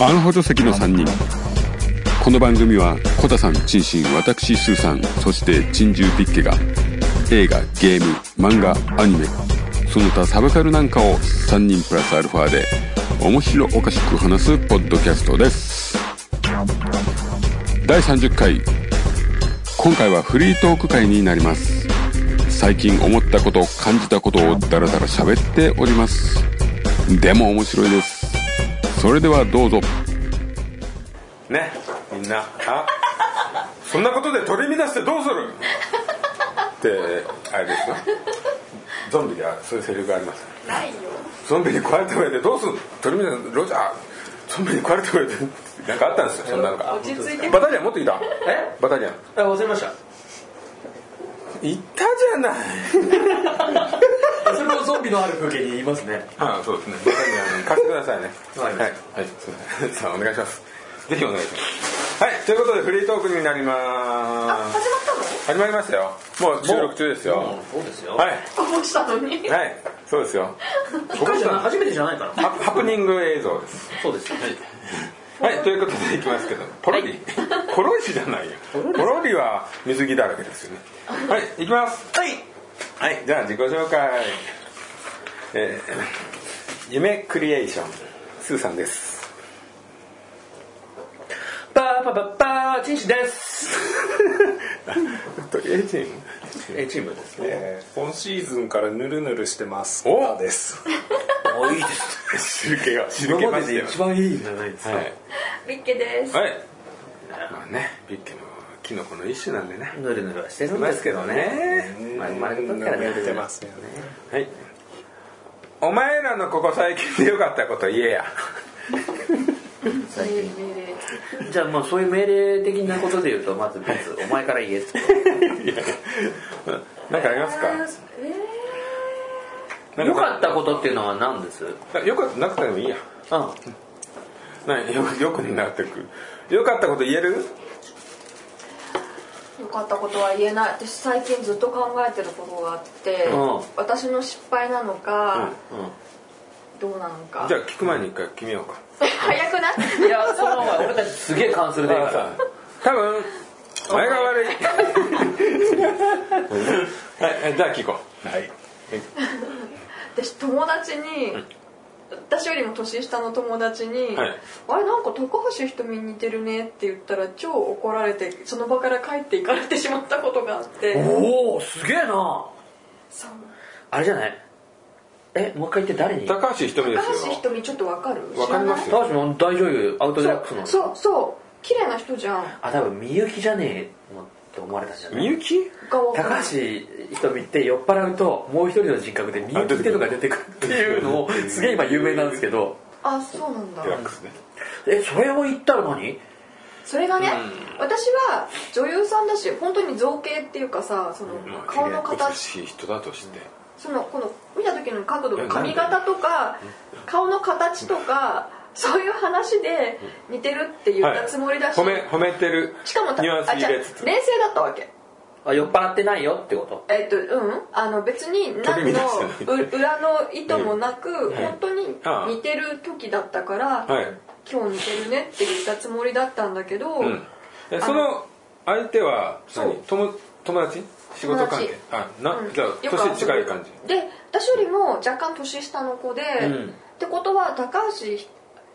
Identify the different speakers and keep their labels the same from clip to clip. Speaker 1: アン補助席の3人この番組はコタさんチンシン私スーさんそして珍獣ピッケが映画ゲーム漫画アニメその他サブカルなんかを3人プラスアルファで面白おかしく話すポッドキャストです第30回今回はフリートーク会になります最近思ったこと感じたことをダラダラ喋っておりますでも面白いですそれではどうぞ
Speaker 2: ねみんなあそんなことで取り乱してどうするってあれですよゾンビではそういうセリフがあります
Speaker 3: ないよ
Speaker 2: ゾンビに食われてもらえてどうする取り乱してロジャーゾンビに食われてもらえてなんかあったんですよそんなのが
Speaker 3: 落ち着いて
Speaker 2: バタリアン持ってきた
Speaker 4: え
Speaker 2: バタリアン
Speaker 4: あ忘れました
Speaker 2: いたじゃない
Speaker 4: それもゾンビのある風景にいますね
Speaker 2: あそうですねバタリアン貸してくださいね
Speaker 4: はい
Speaker 2: はい、はい、すいませんさあお願いしますぜひお願いしますはいということでフリートークになりま
Speaker 3: 始
Speaker 2: す
Speaker 3: ま
Speaker 2: 始まりましたよもう収録中ですよ
Speaker 4: もうそうですよ、
Speaker 2: はい
Speaker 3: ったのこぼしたのに
Speaker 2: はいそうですよ
Speaker 4: 一回じゃない初めてじゃないから
Speaker 2: ハハプニング映像です
Speaker 4: そうですよ、はい
Speaker 2: はいということでいきますけどポロリポロリじゃないよポロリは水着だらけですよねはいいきますはいはいじゃあ自己紹介えー、夢クリエーションスーさんです
Speaker 4: パーパーパーパーチンシです
Speaker 2: と A チーム
Speaker 4: A チームです
Speaker 5: えー今シーズンからヌルヌルしてます
Speaker 2: お
Speaker 5: コタです
Speaker 4: おいいです
Speaker 2: 汁気が汁気ましてよ
Speaker 4: 番いいじゃないですか、
Speaker 2: はい
Speaker 3: ビッケです
Speaker 2: はいまあねビッケもキノコの一種なんでね
Speaker 4: ぬるぬるはしてる
Speaker 2: い
Speaker 4: ん
Speaker 2: ま
Speaker 4: ですす
Speaker 2: け
Speaker 4: け
Speaker 2: ど
Speaker 4: ど
Speaker 2: ね
Speaker 4: ねまあ生まれた時からね
Speaker 5: てますよね
Speaker 2: はい。お前らのここ最近で良かったこと言えや。
Speaker 4: 最
Speaker 3: え
Speaker 4: 近
Speaker 3: ー命令
Speaker 4: じゃあもうそういう命令的なことで言うとまずまずお前から言えって
Speaker 2: なんかありますか。 なん
Speaker 4: 良かったことっていうのは何ですうん
Speaker 2: と。良かったなくてもいいや。なんよくよくになってくる。良かったこと言える？
Speaker 3: 良かったことは言えない私最近ずっと考えてることがあって、
Speaker 4: うん
Speaker 3: 私の失敗なのか、どうなのか
Speaker 2: じゃあ聞く前に一回決めようか。
Speaker 3: 早くない
Speaker 4: いやその前俺たちすげえ関するで
Speaker 2: あさ多分お前が悪い。はいじゃあ聞こう。はい。
Speaker 3: 私友達に、私よりも年下の友達に「
Speaker 2: はい
Speaker 3: あれなんか高橋ひとみに似てるね」って言ったら超怒られてその場から帰っていかれてしまったことがあって
Speaker 4: おおすげえな
Speaker 3: そう
Speaker 4: あれじゃないえもう一回言って誰に
Speaker 2: 高橋ひとみで
Speaker 3: 高
Speaker 2: す
Speaker 3: 橋
Speaker 2: よ
Speaker 3: ひ。とみちょっとわかる
Speaker 2: わかりますよ
Speaker 4: 高橋も大女優アウト
Speaker 3: 知
Speaker 4: デ
Speaker 3: ら
Speaker 4: ラ
Speaker 3: な
Speaker 4: ックス
Speaker 3: い
Speaker 4: の
Speaker 3: そうそうそう綺麗な人じゃん
Speaker 4: あ多分みゆきじゃねえのって思われたんじゃない
Speaker 2: みゆき？
Speaker 3: がわか
Speaker 4: 高
Speaker 3: る
Speaker 4: 橋ひとみって酔っ払うともう一人の人格でみゆきってのが出てくるっていう のをすげえ今有名なんですけど
Speaker 3: あそうなんだ
Speaker 2: デラックスね。
Speaker 4: えそれを言ったら何
Speaker 3: それがね、私は女優さんだし本当に造形っていうかさその
Speaker 2: まあ
Speaker 3: 顔の
Speaker 2: 美
Speaker 3: 形
Speaker 2: しい人だとして。
Speaker 3: そのこの見た時の角度
Speaker 2: え
Speaker 3: が
Speaker 2: なんで
Speaker 3: 髪型とか顔の形とかそういう話で似てるって言ったつもりだし、
Speaker 2: 褒め褒めてる
Speaker 3: しかもた
Speaker 2: ニュアンス
Speaker 3: あ
Speaker 2: 入
Speaker 3: じゃあ
Speaker 2: れ
Speaker 3: 冷
Speaker 2: つ
Speaker 3: 静
Speaker 2: つ
Speaker 3: だったわけ
Speaker 4: あ酔っ払ってないよってこと
Speaker 3: えっとうんあの別に何の
Speaker 2: 取
Speaker 3: う裏の意図もなく本当に
Speaker 2: ああ
Speaker 3: 似てる時だったから
Speaker 2: はい
Speaker 3: 今日似てるねって言ったつもりだったんだけど、
Speaker 2: うんえその相手は
Speaker 3: そう
Speaker 2: 何友友達仕事関係
Speaker 3: 友達
Speaker 2: あな、
Speaker 3: うん
Speaker 2: じゃあ
Speaker 3: よく遊ぶ
Speaker 2: 年近い感じ
Speaker 3: で私よりも若干年下の子で、
Speaker 4: ん
Speaker 3: ってことは高橋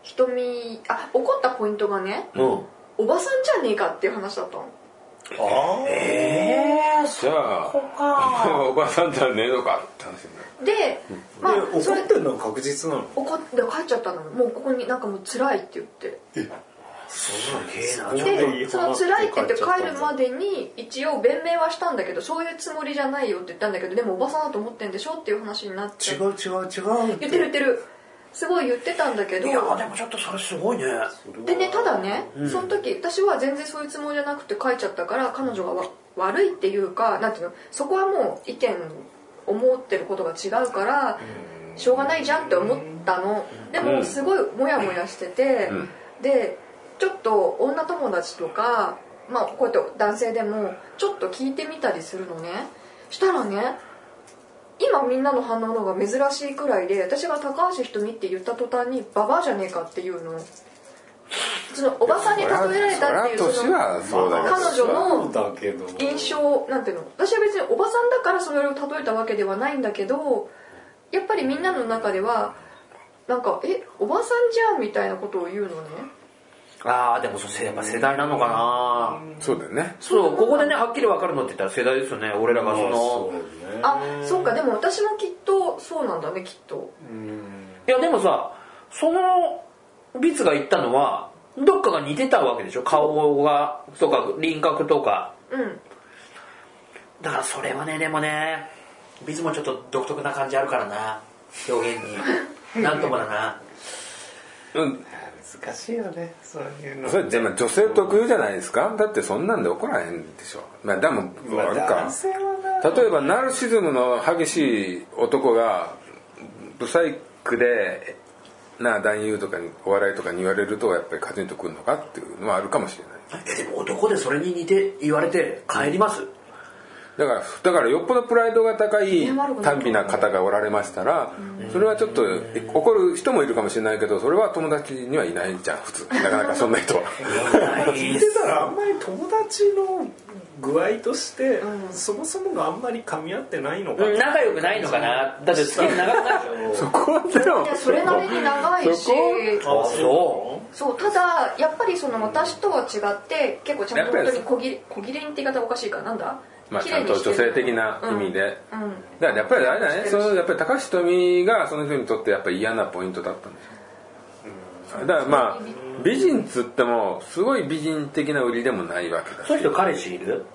Speaker 3: ひとみあ怒ったポイントがね
Speaker 4: うん
Speaker 3: おばさんじゃねえかっていう話だったの
Speaker 4: ええそ
Speaker 2: じゃあお前 はおばさんじゃねえのかって話になる
Speaker 3: で、ま
Speaker 5: で
Speaker 3: あそ
Speaker 5: 怒
Speaker 3: れ
Speaker 5: ってるのは確実なの
Speaker 3: 怒って帰っちゃったのもうここになんかもう辛いって言って
Speaker 4: すげえな
Speaker 3: でその辛いって言って帰るまでに一応弁明はしたんだけどそういうつもりじゃないよって言ったんだけどでもおばさんだと思ってんでしょっていう話になって
Speaker 5: 違う違う違う
Speaker 3: 言ってる言ってるすごい言ってたんだけど
Speaker 4: いやでもちょっとそれすごいね
Speaker 3: でねただね、その時私は全然そういうつもりじゃなくて書いちゃったから彼女がわ悪いっていうかなんていうのそこはもう意見思ってることが違うからしょうがないじゃんって思ったので
Speaker 2: うん
Speaker 3: もすごいモヤモヤしてて、
Speaker 2: うん
Speaker 3: でちょっと女友達とか、まあ、こうやって男性でもちょっと聞いてみたりするのねしたらね今みんなの反応の方が珍しいくらいで私が高橋ひとみって言った途端にババアじゃねえかっていうのをそのおばさんに例えられたっていう
Speaker 2: そりゃ
Speaker 3: そ
Speaker 2: 年はそうだけど
Speaker 3: の彼女の
Speaker 5: だけど
Speaker 3: 印象なんていうの私は別におばさんだからそれを例えたわけではないんだけどやっぱりみんなの中ではなんか「えおばさんじゃん」みたいなことを言うのね
Speaker 4: ああでもそれやっぱ世代なのかな
Speaker 2: そうだよね
Speaker 4: そうここでねはっきり分かるのって言ったら世代ですよね俺らがその
Speaker 3: あそうかでも私もきっとそうなんだねきっと
Speaker 4: いやでもさそのビツが言ったのはどっかが似てたわけでしょ顔がとか輪郭とか
Speaker 3: うん
Speaker 4: だからそれはねでもねビズもちょっと独特な感じあるからな表現になんともだな
Speaker 2: うん
Speaker 5: 難しいよねそういうの
Speaker 2: それでも女性特有じゃないですかだってそんなんで怒らへんでしょまあでも
Speaker 5: まあ
Speaker 2: あれか
Speaker 5: 男性はな
Speaker 2: 例えばナルシズムの激しい男がブサイクでな男優とかにお笑いとかに言われるとやっぱりカチンとくるのかっていうのはあるかもしれない
Speaker 4: でも男でそれに似て言われて帰ります、
Speaker 2: だからだからよっぽどプライドが高い
Speaker 3: 謝ること
Speaker 2: 短美な方がおられましたらそれはちょっと怒る人もいるかもしれないけどそれは友達にはいないじゃん普通なかなかそんな人 は
Speaker 5: 聞いてたらあんまり友達の具合として、そもそもがあんまり噛み合ってないのかな、
Speaker 4: 仲良くないのかなだって付き合い長くないでしょ
Speaker 2: そこはでも
Speaker 3: いやそれなりに長いし
Speaker 2: そこ
Speaker 5: あ
Speaker 4: そ
Speaker 3: そうただやっぱりその私とは違って結構ちゃんと本当に小切れ小切れにって言い方おかしいからなんだ
Speaker 2: まあ
Speaker 3: 綺
Speaker 2: ちゃ
Speaker 3: 麗
Speaker 2: ん
Speaker 3: に
Speaker 2: と
Speaker 3: して
Speaker 2: 女
Speaker 3: る
Speaker 2: 性的な意味で
Speaker 3: うんうん
Speaker 2: だからやっぱりあれだねそのやっぱり高橋瞳がその人にとってやっぱり嫌なポイントだったんでしょだからまあ美人っつってもすごい美人的な売りでもないわけだ
Speaker 4: うその人彼氏いる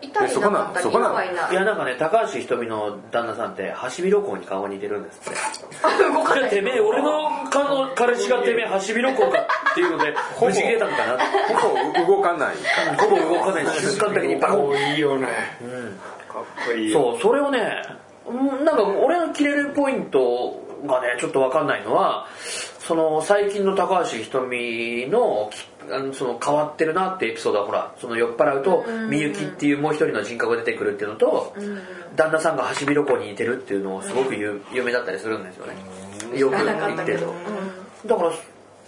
Speaker 3: いたりなかったり
Speaker 2: そこな
Speaker 3: 今
Speaker 2: の
Speaker 3: はいない
Speaker 4: いやなんかね高橋ひとみの旦那さんってハシビロコウに顔が似てるんですって
Speaker 3: あ動かない
Speaker 4: てめえ俺の彼の彼氏がてめえハシビロコウかっていうのでぶち切れたんかな
Speaker 2: ほぼ動かないから
Speaker 4: ほぼ動かない瞬間的にバコン
Speaker 5: いいよね、かっこいいよ
Speaker 4: そうそれをねうんなんか俺のキレるポイントがねちょっと分かんないのはその最近の高橋ひとみのきあのその変わってるなってエピソードはほらその酔っ払うとみゆきっていうもう一人の人格が出てくるっていうのと旦那さんがハシビロコウに似てるっていうのをすごく有有名だったりするんですよねよく
Speaker 3: なかっ
Speaker 4: 言
Speaker 3: た
Speaker 4: っ
Speaker 3: け
Speaker 4: て
Speaker 3: ど、
Speaker 4: る
Speaker 3: う
Speaker 4: と
Speaker 3: ん
Speaker 4: だか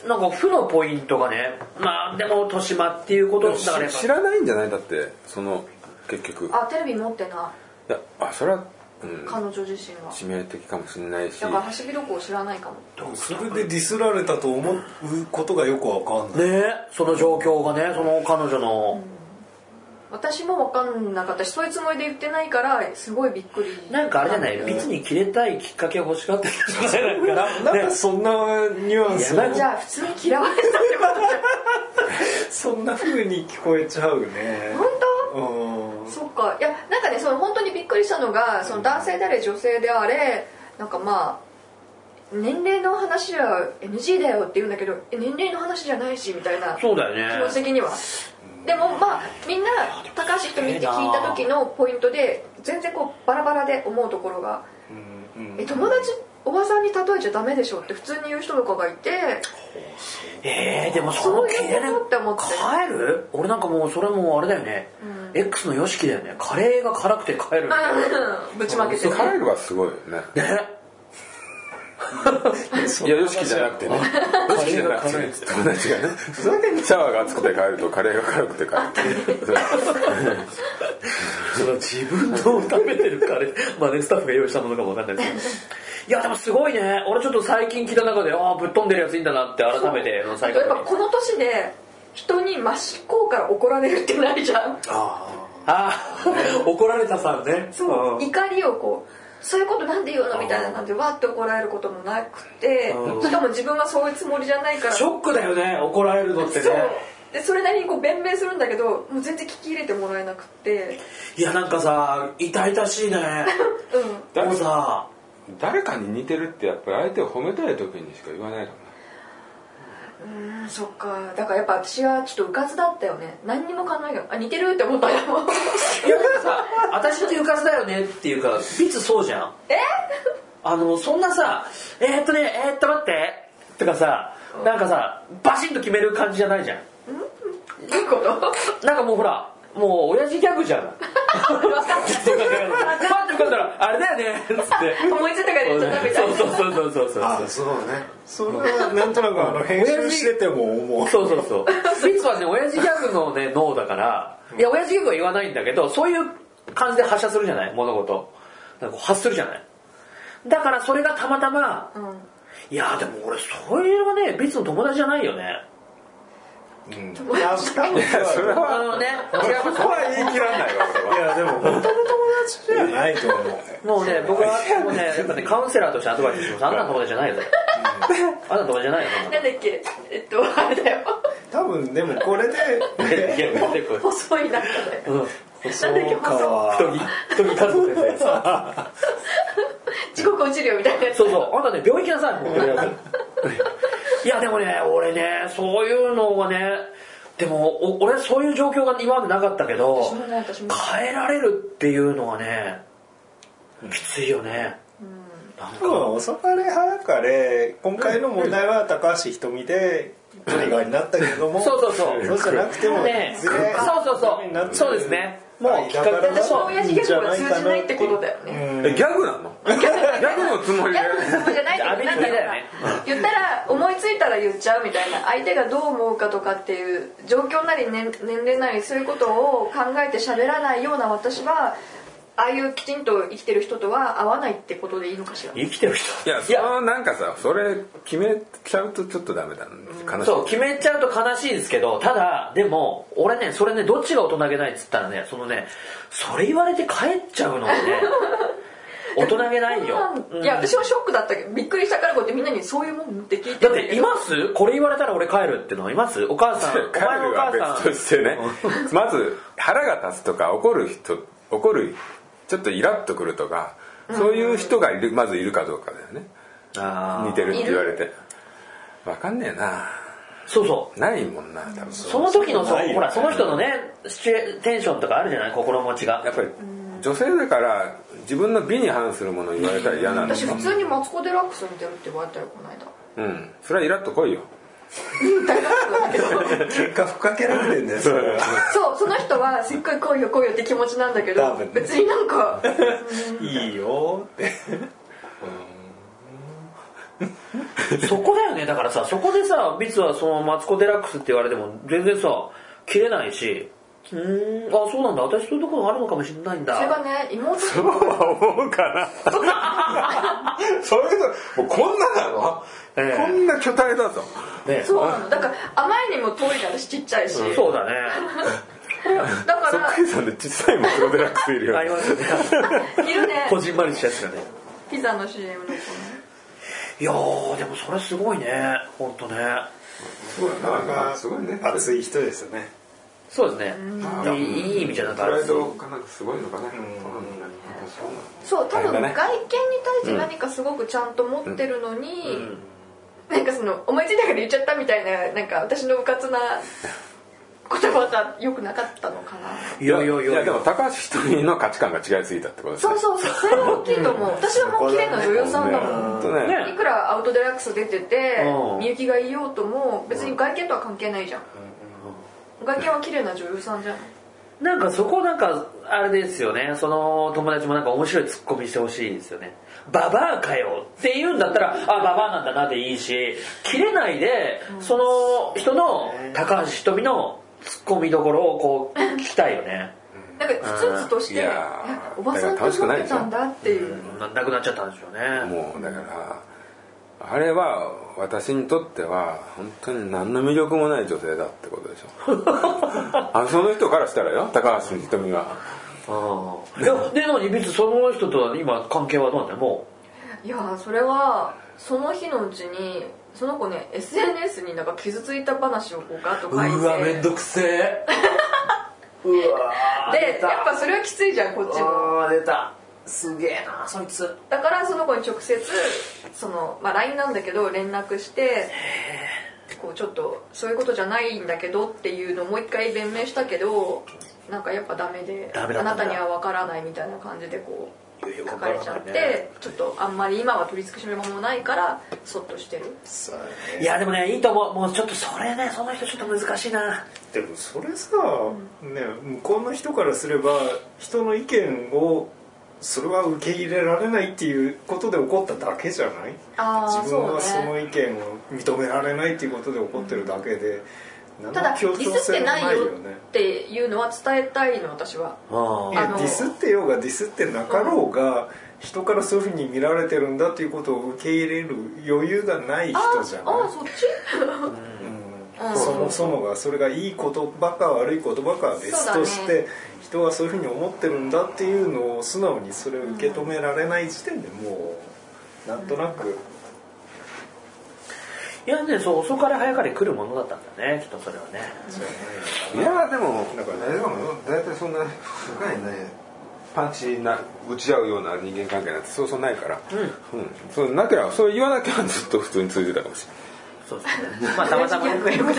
Speaker 4: らなんか負のポイントがねまあでも豊島っていうことだからやっ
Speaker 2: 知
Speaker 4: ぱ
Speaker 2: らないんじゃないだってその結局い
Speaker 3: あテレビ持ってな
Speaker 2: やあそれは、うん
Speaker 3: い、彼女自身は
Speaker 2: 致命的かもしれないし
Speaker 3: だからハシビロコウ知らないかも
Speaker 5: それでディスられたと思うことがよくわかんない、
Speaker 4: ねその状況がねその彼女の。
Speaker 3: 私も分かんなかったしそういうつもりで言ってないからすごいびっくり
Speaker 4: なんかあれじゃない、ビツに切れたいきっかけが欲しかったんじゃ ないか
Speaker 5: ななんかそんなニュアンス
Speaker 4: いや
Speaker 5: も
Speaker 4: な
Speaker 3: じゃあ普通に嫌われたってことじゃん
Speaker 5: そんな風に聞こえちゃうね
Speaker 3: 本当
Speaker 5: うん
Speaker 3: そっかいやなんかねその本当にびっくりしたのがその男性であれ女性であれなんかまあ年齢の話は NG だよって言うんだけどえ年齢の話じゃないしみたいな
Speaker 4: そうだよ
Speaker 3: 基本
Speaker 4: ね。
Speaker 3: 的にはでもまあみんな高橋ひとみって聞いた時のポイントで全然こうバラバラで思うところが
Speaker 5: うん
Speaker 3: え友達おばさんに例えちゃダメでしょって普通に言う人とかがいて
Speaker 4: えー、でもその切
Speaker 3: そ
Speaker 4: れ
Speaker 3: ういうことって思って
Speaker 4: 帰る俺なんかもうそれもうあれだよね。X の YOSHIKI だよね。カレーが辛くて帰る。ね。
Speaker 3: ぶちまけてね
Speaker 2: 彼らがすごいよねいや、ヨシキじゃなくてね。ヨシキじゃなくてね。友達がね。それでシャワーが熱くて帰るとカレーが辛くて帰る。
Speaker 4: その自分の食べてるカレー、 まあね、スタッフが用意したものかもわかんないですけど。いや、でもすごいね。俺ちょっと最近聞いた中で、ああ、ぶっ飛んでるやついいんだなって改めて、あの
Speaker 3: や
Speaker 4: 再
Speaker 3: っ
Speaker 4: 確
Speaker 3: ぱ
Speaker 4: 認。
Speaker 3: この年で人に真っ向から怒られるってないじゃん
Speaker 4: ああ、怒られたさんね。
Speaker 3: そう怒りをこうそういうことなんで言うのみたいな感じでわーって怒られることもなくてしかも自分はそういうつもりじゃないから
Speaker 4: ショックだよね、怒られるのってね。
Speaker 3: そうでそれなりにこう弁明するんだけどもう全然聞き入れてもらえなくて
Speaker 4: いや、なんかさ、痛々しい ね。
Speaker 3: うん
Speaker 4: もうさ、
Speaker 2: 誰かに似てるってやっぱり相手を褒めたい時にしか言わないか
Speaker 3: うんそっかだからやっぱ私はちょっとうかつだったよね何にも考えがあ似てるって思ったよ
Speaker 4: いや、なんかさ、私っていうかずだよねっていうか、ビツそうじゃん。
Speaker 3: え
Speaker 4: あの、そんなさ、えー、っとね、えー、っと待って、とかさ、なんかさ、バシンと決める感じじゃないじゃん。
Speaker 3: どういうこと
Speaker 4: なんかもうほら、もう親父ギャグじゃん。パッて浮かんだら「あれだよね」っつって
Speaker 6: 思いついたから言っちゃったみたい
Speaker 4: そうそうそうそうそうそう
Speaker 5: あそうねそれはなんとなくあの編集してても思う
Speaker 4: そうそうそう。ミツはね、親父ギャグのね、脳だから、いや、親父ギャグは言わないんだけど、そういう感じで発射するじゃない物事。なんかこう発するじゃないだからそれがたまたま、いや、でも俺、そういうのはね、ビツの友達じゃないよね。
Speaker 5: うんいや多分
Speaker 2: それ
Speaker 4: あ
Speaker 2: は
Speaker 4: のね、
Speaker 2: それは言い切らないわ俺はい
Speaker 5: やでも本当の友達じゃないと思う
Speaker 4: もうね、僕はもうね、やっぱね、カウンセラーとしてアドバイスします。あんたの友達じゃないよ、それ。 あんたの友達じゃないよ、そんな
Speaker 6: なんだっけえっとあれだよ
Speaker 5: 多分でもこれで
Speaker 4: の。いや、見てこれ。
Speaker 6: 細いなんかだよ
Speaker 4: うん。
Speaker 5: 細川
Speaker 4: 太木、太木和子先生。
Speaker 6: 地獄落ちるよみたいなやつ
Speaker 4: そうそう、あんたね、病院行きなさい、もうとりあえずいや、でもね、俺ね、そういうのはね、でも、お俺、そういう状況が今までなかったけど、
Speaker 3: 私もない私もない
Speaker 4: 変えられるっていうのはね、きついよね。なん
Speaker 5: 多分
Speaker 4: か、
Speaker 5: 遅かれ早かれ今回の問題は高橋ひとみでトリガーになったけども
Speaker 4: そうそうそう。
Speaker 5: そうじゃなくても
Speaker 4: ね、
Speaker 5: ず
Speaker 4: そう
Speaker 5: れ
Speaker 4: そうそう。そうですね。もう、きっかけで
Speaker 5: だ
Speaker 4: し
Speaker 5: か
Speaker 4: ょ
Speaker 5: ら。
Speaker 6: 親父ギャグは通じないってことだよね
Speaker 2: えギャグなのギャグのつもり
Speaker 6: ギ
Speaker 2: で
Speaker 6: ャグのつもりじゃないけどなんか
Speaker 4: 浴びてみたいね
Speaker 6: 言ったら思いついたら言っちゃうみたいな相手がどう思うかとかっていう状況なり年年齢なりそういうことを考えて喋らないような私はああいうきちんと生きてる人とは合わないってことでいいのかしら
Speaker 4: 生きてる人。
Speaker 2: いやそのなんかさそれ決めちゃうとちょっとダメだね悲しい
Speaker 4: そう決めちゃうと悲しいですけどただでも俺ねそれねどっちが大人げないっつったらねそのねそれ言われて帰っちゃうのがね大人げ ないよ、うん
Speaker 6: いや私はショックだったけどびっくりしたからこうやってみんなにそういうもんって聞いて
Speaker 4: だ
Speaker 6: るんだ
Speaker 4: って
Speaker 6: け
Speaker 4: い
Speaker 6: ど
Speaker 4: ますこれ言われたら俺帰るってのはいますお母さん お
Speaker 2: 帰
Speaker 4: 前のお
Speaker 2: るは
Speaker 4: 母
Speaker 2: 別
Speaker 4: さん
Speaker 2: としてねまず腹が立つとか怒る人怒るちょっとイラッとくるとかそういう人がいるまずいるかどうかだよね
Speaker 4: あー
Speaker 2: 似てるって言われてわかんねえな
Speaker 4: そうそう
Speaker 2: ないもんな多分
Speaker 4: その時のそ
Speaker 5: そうないよね
Speaker 4: ほらその人のねシチュエテンションとかあるじゃない心持ちが
Speaker 2: やっぱり女性だから自分の美に反するものを言われたら嫌なの
Speaker 3: 私普通にマツコ・デラックス見てるって言われたよこの間
Speaker 2: うんそれはイラッと来いよ
Speaker 5: 結果ふっかけられてんだよそれは
Speaker 3: そうその人はすっごい来いよ来いよって気持ちなんだけ
Speaker 5: 多
Speaker 3: ど
Speaker 5: 分ね
Speaker 3: 別になんか
Speaker 5: いいよって
Speaker 4: そこだよねだからさそこでさビツはそのマツコ・デラックスって言われても全然さ切れないしうーんあそうなんだ私そういうところがあるのかもしれないんだ
Speaker 3: それがね妹
Speaker 2: そうは思うかな そういうのもうこんななの、
Speaker 4: ええ
Speaker 2: こんな巨体だぞ
Speaker 4: ね
Speaker 3: そうなのだから甘いにも遠いじゃん私ちっちゃいし
Speaker 4: そうだね
Speaker 3: だか
Speaker 2: そっくりさんで小さいマクロデラックスいるよ
Speaker 4: ありますよね
Speaker 3: らいる ね
Speaker 4: こじんまりしたやつがね
Speaker 3: ピザの CM の子ね
Speaker 4: いやーでもそれすごいね本当ね
Speaker 5: なんか
Speaker 2: すごいね
Speaker 5: 熱い人ですよね
Speaker 4: そうですねいいいい意味じゃなくて
Speaker 2: かなんかすごいのかな
Speaker 3: そう多分
Speaker 2: あれだ
Speaker 3: 外見
Speaker 2: ね
Speaker 3: に対して何かすごくちゃんと持ってるのに、なんかその思いついたから言っちゃったみたいななんか私のうかつな言葉が良くなかったのかない
Speaker 4: やいやいや
Speaker 2: でも高橋ひとみの価値観が違いすぎたってことです
Speaker 3: そうそう そうそれは大きいと思う私はもう綺麗な女優さんだもん
Speaker 2: うね
Speaker 4: ね
Speaker 3: いくらアウトデラックス出てて
Speaker 4: うん
Speaker 3: みゆきがいようとも別に外見とは関係ないじゃん外見は綺麗な女優さんじゃん
Speaker 4: なんかそこなんかあれですよねその友達もなんか面白いツッコミしてほしいですよねババアかよって言うんだったらあババアなんだなでいいし切れないでその人の高橋ひとみのツッコミどころをこう聞きたいよね
Speaker 3: なんかツツンツとして
Speaker 2: いやー
Speaker 3: おばさんと思ってたんだっていう
Speaker 4: ななくなっちゃったんですよね
Speaker 2: もうだからあれは私にとっては本当に何の魅力もない女性だってことでし ょあその人からしたらよ高橋ひとみが
Speaker 4: うんでもでのに別にその人とは今関係はどうなんだよも
Speaker 3: いやーそれはその日のうちにその子ね SNS になんか傷ついた話をこうガッと
Speaker 4: う
Speaker 3: 書いて
Speaker 4: く せえうわ
Speaker 3: でやっぱそれはきついじゃんこっちも
Speaker 4: あー出たすげえなそいつ
Speaker 3: だからその子に直接その、まあ、LINE なんだけど連絡してこうちょっとそういうことじゃないんだけどっていうのをもう一回弁明したけどなんかやっぱダメで
Speaker 4: ダメだ
Speaker 3: あ
Speaker 4: っ
Speaker 3: な
Speaker 4: た
Speaker 3: ん
Speaker 4: だ
Speaker 3: たには分からないみたいな感じでこう
Speaker 4: いや
Speaker 6: 書かれちゃっ
Speaker 4: わからないね
Speaker 6: てちょっとあんまり今は取り付くしめももないからそっとしてる
Speaker 5: さ
Speaker 4: いやでもねいいと思うもうちょっとそれねその人ちょっと難しいな
Speaker 5: でもそれさ、ね、向こうの人からすれば人の意見をそれは受け入れられないっていうことで起こっただけじゃない
Speaker 6: ああ
Speaker 5: 自
Speaker 6: そ
Speaker 5: 分
Speaker 6: う
Speaker 5: はそ
Speaker 6: ね
Speaker 5: の意見を認められないっていうことで起こってるだけで、何
Speaker 6: た
Speaker 5: の
Speaker 6: だデ
Speaker 5: 協
Speaker 6: ィ
Speaker 5: 調
Speaker 6: スっ
Speaker 5: 性
Speaker 6: て
Speaker 5: も
Speaker 6: ないよ
Speaker 5: よね
Speaker 6: っていうのは伝えたいの私は
Speaker 5: い
Speaker 4: あ
Speaker 6: あ
Speaker 5: や
Speaker 6: の
Speaker 5: ディスってようがディスってなかろうが、人からそういうふうに見られてるんだっていうことを受け入れる余裕がない人じゃない
Speaker 6: ああそっち
Speaker 5: うんそもそもがそれがいいことばか悪いことばかは別とし
Speaker 6: そうだ
Speaker 5: て、人はそういうふうに思ってるんだっていうのを素直にそれを受け止められない時点でもうなんとなく
Speaker 4: いやねそう遅かれ早かれ来るものだったんだねきっとそれはね
Speaker 2: いやでも
Speaker 5: なんかね
Speaker 2: 大丈夫なの大体そんな深いねパンチな打ち合うような人間関係なんてそうそうないから、うんそうなければそう言わなきゃずっと普通に通じてたかもし
Speaker 4: そうですねまあたまたまね
Speaker 2: れない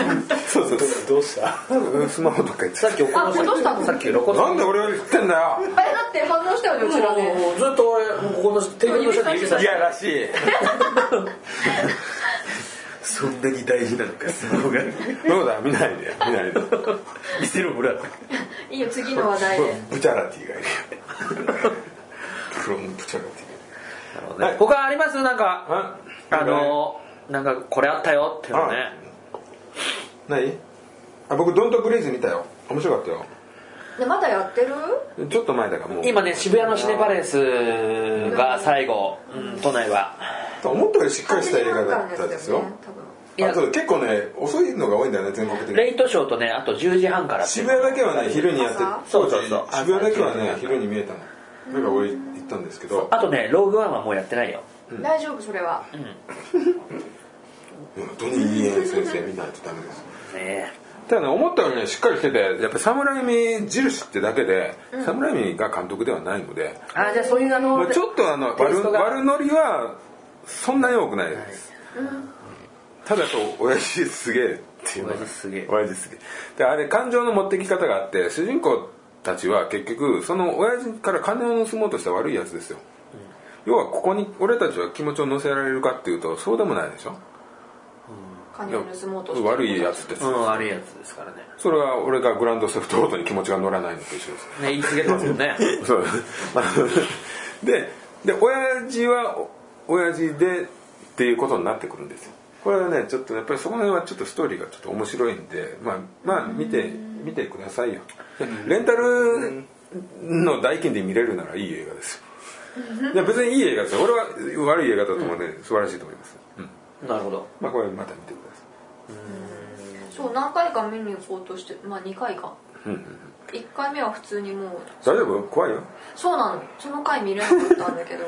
Speaker 2: そうそうそう
Speaker 5: どうした
Speaker 2: うんスマホとか言って
Speaker 4: さっき怒
Speaker 6: あ落としたの
Speaker 4: さっき露骨
Speaker 2: なんで俺は言ってんだよ
Speaker 6: あれだって反応したよねうちらね
Speaker 4: もうずっと俺もうここのテーブルの下に指さ
Speaker 2: い
Speaker 4: して
Speaker 2: やらしい そんなに大事なのかスマホがそうだ見ないで見ないで見せろブラ
Speaker 6: いいよ次の話題で
Speaker 2: ブチャラティがいる黒のブチャラティ
Speaker 4: はい他ありますなんか
Speaker 2: あ
Speaker 4: あのなんかこれあったよっていうのね
Speaker 2: 何あ僕ドントグレイズ見たよ面白かったよ
Speaker 6: ねまだやってる
Speaker 2: ちょっと前だからもう
Speaker 4: 今ね渋谷のシネパレスが最後、うん、都内は
Speaker 2: 思ったよりしっかりした映画だっ
Speaker 6: 8時
Speaker 2: た
Speaker 6: 間
Speaker 2: ですよ
Speaker 6: 多分
Speaker 4: いや
Speaker 2: あと結構ね遅いのが多いんだよね全国的に
Speaker 4: レイトショーとねあと10時半からっていう
Speaker 2: 渋谷だけはね昼にやって
Speaker 6: 朝
Speaker 4: そうそうそう
Speaker 2: 当時渋谷だけはね昼に見えたのなんか俺行ったんですけど
Speaker 4: あとねローグワンはもうやってないよ
Speaker 6: 大丈夫それは
Speaker 2: 本当にいい演先生見ないとダメです
Speaker 4: ね
Speaker 2: ただね思ったよりねしっかりしててやっぱサムライミ印ってだけで、サムライミが監督ではないので、
Speaker 4: あーじゃあそういうあの、
Speaker 2: まあ、ちょっとあ の
Speaker 4: テイ
Speaker 2: 悪
Speaker 4: ストが
Speaker 2: 悪ノリはそんなに多くないです、ただと親父すげえっていうのが
Speaker 4: 親父すげえ
Speaker 2: 親父すげえであれ感情の持ってき方があって主人公たちは結局その親父から金を盗もうとした悪いやつですよ、要はここに俺たちは気持ちを乗せられるかっていうとそうでもないでしょ
Speaker 6: 金を盗もうとして
Speaker 2: 悪いやつって
Speaker 4: うん悪いやつですからね
Speaker 2: それは俺がグランドセフトオートに気持ちが乗らないのと一緒です
Speaker 4: ね言い過ぎてますもんね
Speaker 2: そう でで親父はお親父でっていうことになってくるんですよこれはねちょっとやっぱりそこら辺はちょっとストーリーがちょっと面白いんでまあまあ見て見てくださいよレンタルの代金で見れるならいい映画ですよいや別にいい映画ですよ俺は悪い映画だと思うね素晴らしいと思います、うん、
Speaker 4: なるほど
Speaker 2: まあこれまた見てくださ
Speaker 6: そう何回か見に行こうとしてまあ2回か1回目は普通にもう
Speaker 2: い大丈夫怖いよ
Speaker 6: そうなのその回見れなかったんだけど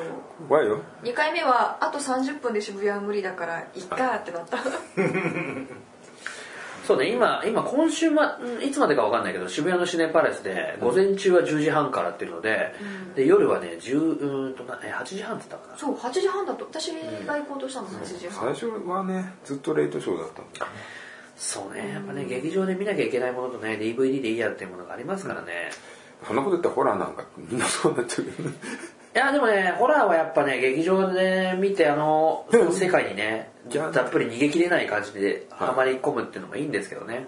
Speaker 2: 怖いよ
Speaker 6: 2回目はあと30分で渋谷は無理だからいっかってなった
Speaker 4: そうね今今今週まうんいつまでか分かんないけど渋谷のシネパレスで午前中は10時半からっていうので,、で夜はね10うーんとなえ8時半って言ったかな
Speaker 6: そう8時半だと私が行こうとしたの8時半
Speaker 2: 最初はねずっとレイトショーだったんだ
Speaker 4: そうねやっぱね劇場で見なきゃいけないものとね DVD でいいやっていうものがありますからね、
Speaker 2: そんなこと言ったらホラーなんかみんなそうなっちゃうけどね
Speaker 4: いやでもねホラーはやっぱね劇場でね見てあのその世界にねざっぷり逃げきれない感じで
Speaker 2: い
Speaker 4: はまり込むっていうのもいいんですけどね、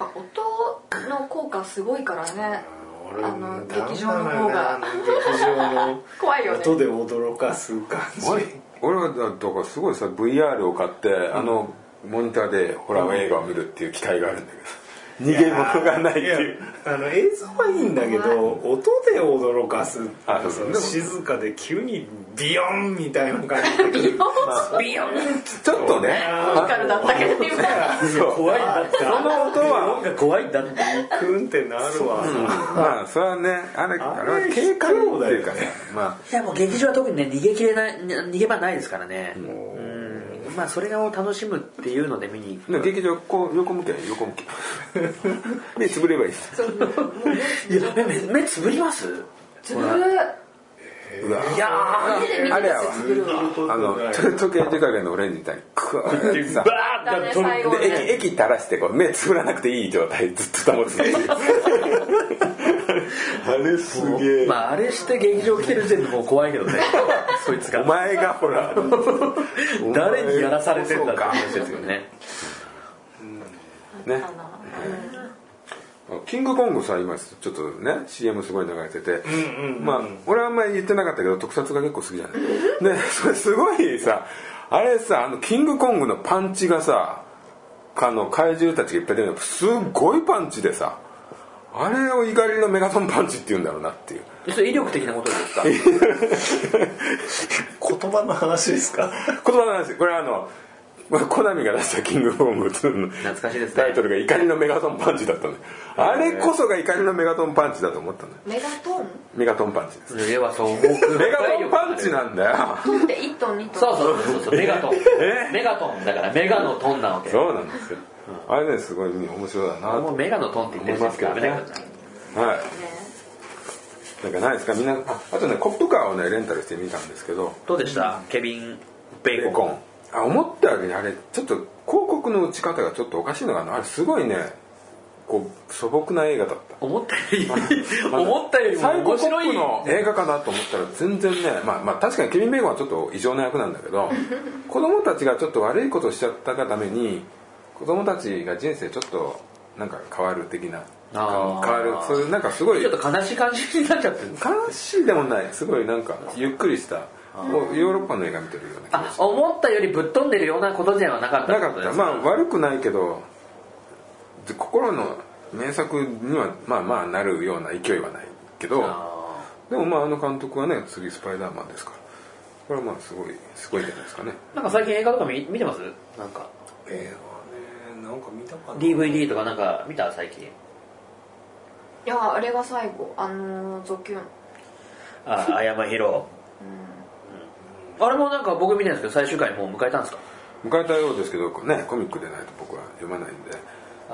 Speaker 6: あ音の効果すごいからね
Speaker 5: 俺
Speaker 6: あの
Speaker 5: ダメだな
Speaker 6: 劇場の方が
Speaker 5: あの劇場の
Speaker 6: 怖いよね
Speaker 5: 音で驚かす感じ
Speaker 2: 俺俺はだだからすごいさ VR を買って、あのモニターでホラー映画を見るっていう機会があるんだけど逃げ物がないっていう
Speaker 5: やあの映像はいいんだけど音で驚かす
Speaker 2: あそうそう
Speaker 5: その
Speaker 2: でも
Speaker 5: 静かで急にビヨンみたいな感じで
Speaker 4: ビヨン
Speaker 2: ちょっとね
Speaker 6: ボーカルだったけど今
Speaker 2: そう
Speaker 5: 怖いんだってそ
Speaker 2: その音は
Speaker 5: が怖いんだってクンってなるわ
Speaker 2: まあそれはねあれあれは警戒っていうかねま
Speaker 4: いやもう劇場は特にね逃げきれないに逃げ場ないですからねうんまあそれを楽しむっていうので見に行
Speaker 2: あで劇場こう横向け横向け 目つぶればいいです
Speaker 4: くいや目目目つぶります
Speaker 6: つぶる
Speaker 2: うわ
Speaker 4: いやー
Speaker 6: 手で見
Speaker 2: あれ
Speaker 6: て
Speaker 2: やわ
Speaker 6: つぶるわ
Speaker 2: あの時計仕掛けのオレンジみたいにクワー ってさ
Speaker 4: バ
Speaker 6: だ
Speaker 4: ー
Speaker 6: ね最後ね
Speaker 2: で液液垂らしてこう目つぶらなくていい状態ずっと保つっていう あれすげえ、
Speaker 4: まああれして劇場来てる時点でもう怖いけどねそいつ
Speaker 2: お
Speaker 4: が
Speaker 2: 前がほら
Speaker 4: 誰にやらされてん
Speaker 2: そ
Speaker 4: だって
Speaker 2: うか
Speaker 4: 話ですよね
Speaker 2: ねキングコングさ今ちょっとね CM すごい流れてて、まあ俺はあんまり言ってなかったけど特撮が結構好きじゃないね それすごいさあれさあのキングコングのパンチがさあの怪獣たちがいっぱい出るのすっごいパンチでさあれを怒りのメガトンパンチって言うんだろうなっていう
Speaker 4: それ威力的なことですか
Speaker 5: 言葉の話ですか
Speaker 2: 言葉の話これはあのまあコナミが出した「キングコング2」の
Speaker 4: 懐かしいですね
Speaker 2: タイトルが「怒りのメガトンパンチ」だったのよあれこそが怒りのメガトンパンチだと思ったのよ
Speaker 3: メガトン
Speaker 2: メガトンパンチです
Speaker 4: ではそう僕
Speaker 2: メガトンパンチなんだよ
Speaker 3: トンって1トン2ト
Speaker 4: そ
Speaker 3: ン
Speaker 4: うそうそうそうメガトン
Speaker 2: え
Speaker 4: メガトンだからメガのトンなわけ
Speaker 2: そうなんですよあれねすごい面白いだな
Speaker 4: も
Speaker 2: と
Speaker 4: うメガのトンって言ってるんですけど
Speaker 2: 思
Speaker 4: ね
Speaker 2: いますけはいなんかないですかみんなああとねコップカーをねレンタルしてみたんですけど
Speaker 4: どうでしたケビン・ベ
Speaker 2: ベ
Speaker 4: ー
Speaker 2: ー
Speaker 4: コ
Speaker 2: コ
Speaker 4: ン
Speaker 2: ンあ思ったよりねあれちょっと広告の打ち方がちょっとおかしいのかなあれすごいねこう素朴な映画だった
Speaker 4: 思ったより思ったよりも
Speaker 2: サイコ
Speaker 4: 面
Speaker 2: コ
Speaker 4: 白
Speaker 2: ップ
Speaker 4: い
Speaker 2: の映画かなと思ったら全然ねまあまあ確かにケビン・ベーコンはちょっと異常な役なんだけど子供たちがちょっと悪いことをしちゃったがために子供たちが人生ちょっとなんか変わる的な変
Speaker 4: あー
Speaker 2: わるそういうなんかすごい
Speaker 4: ちょっと悲しい感じになっちゃってる
Speaker 2: 悲しいでもないすごいなんかゆっくりしたもうヨーロッパの映画見てるような気が
Speaker 4: あ
Speaker 2: し
Speaker 4: 思ったよりぶっ飛んでるようなことではなかった
Speaker 2: な
Speaker 4: て
Speaker 2: か
Speaker 4: こ
Speaker 2: っ
Speaker 4: と
Speaker 2: た
Speaker 4: です
Speaker 2: まあ悪くないけどで心の名作にはまあまあなるような勢いはないけど
Speaker 4: あ
Speaker 2: でもまああの監督はね次スパイダーマンですからこれはまあすごいすごいじゃないですかね
Speaker 4: ーなんか最近映画とか見見てますなんか
Speaker 5: 映画ねなんか見たかな
Speaker 4: DVD とかなんか見た最近
Speaker 3: いやあれが最後あのーゾキュン
Speaker 4: ああ山広あれもなんか僕見てないんですけど最終回もう迎えたんですか
Speaker 2: 迎えたようですけどねコミックでないと僕は読まないんで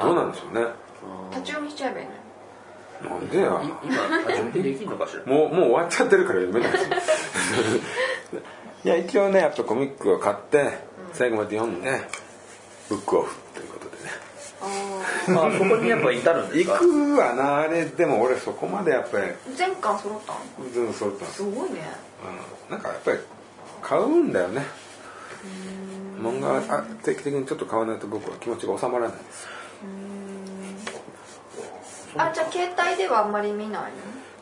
Speaker 2: どうなんでしょうね
Speaker 3: 立ち読みしちゃえばいい
Speaker 2: な
Speaker 3: の
Speaker 2: んでや
Speaker 4: い今準備できんのかしら
Speaker 2: もうもう終わっちゃってるから読めないし いや一応ねやっぱコミックを買って最後まで読んでブックオフということでね
Speaker 4: あそこにやっぱ至るんです
Speaker 2: 行
Speaker 4: か
Speaker 2: くわなあれでも俺そこまでやっぱり
Speaker 3: 全巻揃ったの
Speaker 2: ずんそったんです
Speaker 3: すごいね
Speaker 2: うんなんかやっぱり買うんだよね漫画はあ定期的にちょっと買わないと僕は気持ちが収まらないです
Speaker 3: あじゃあ携帯ではあんまり見ない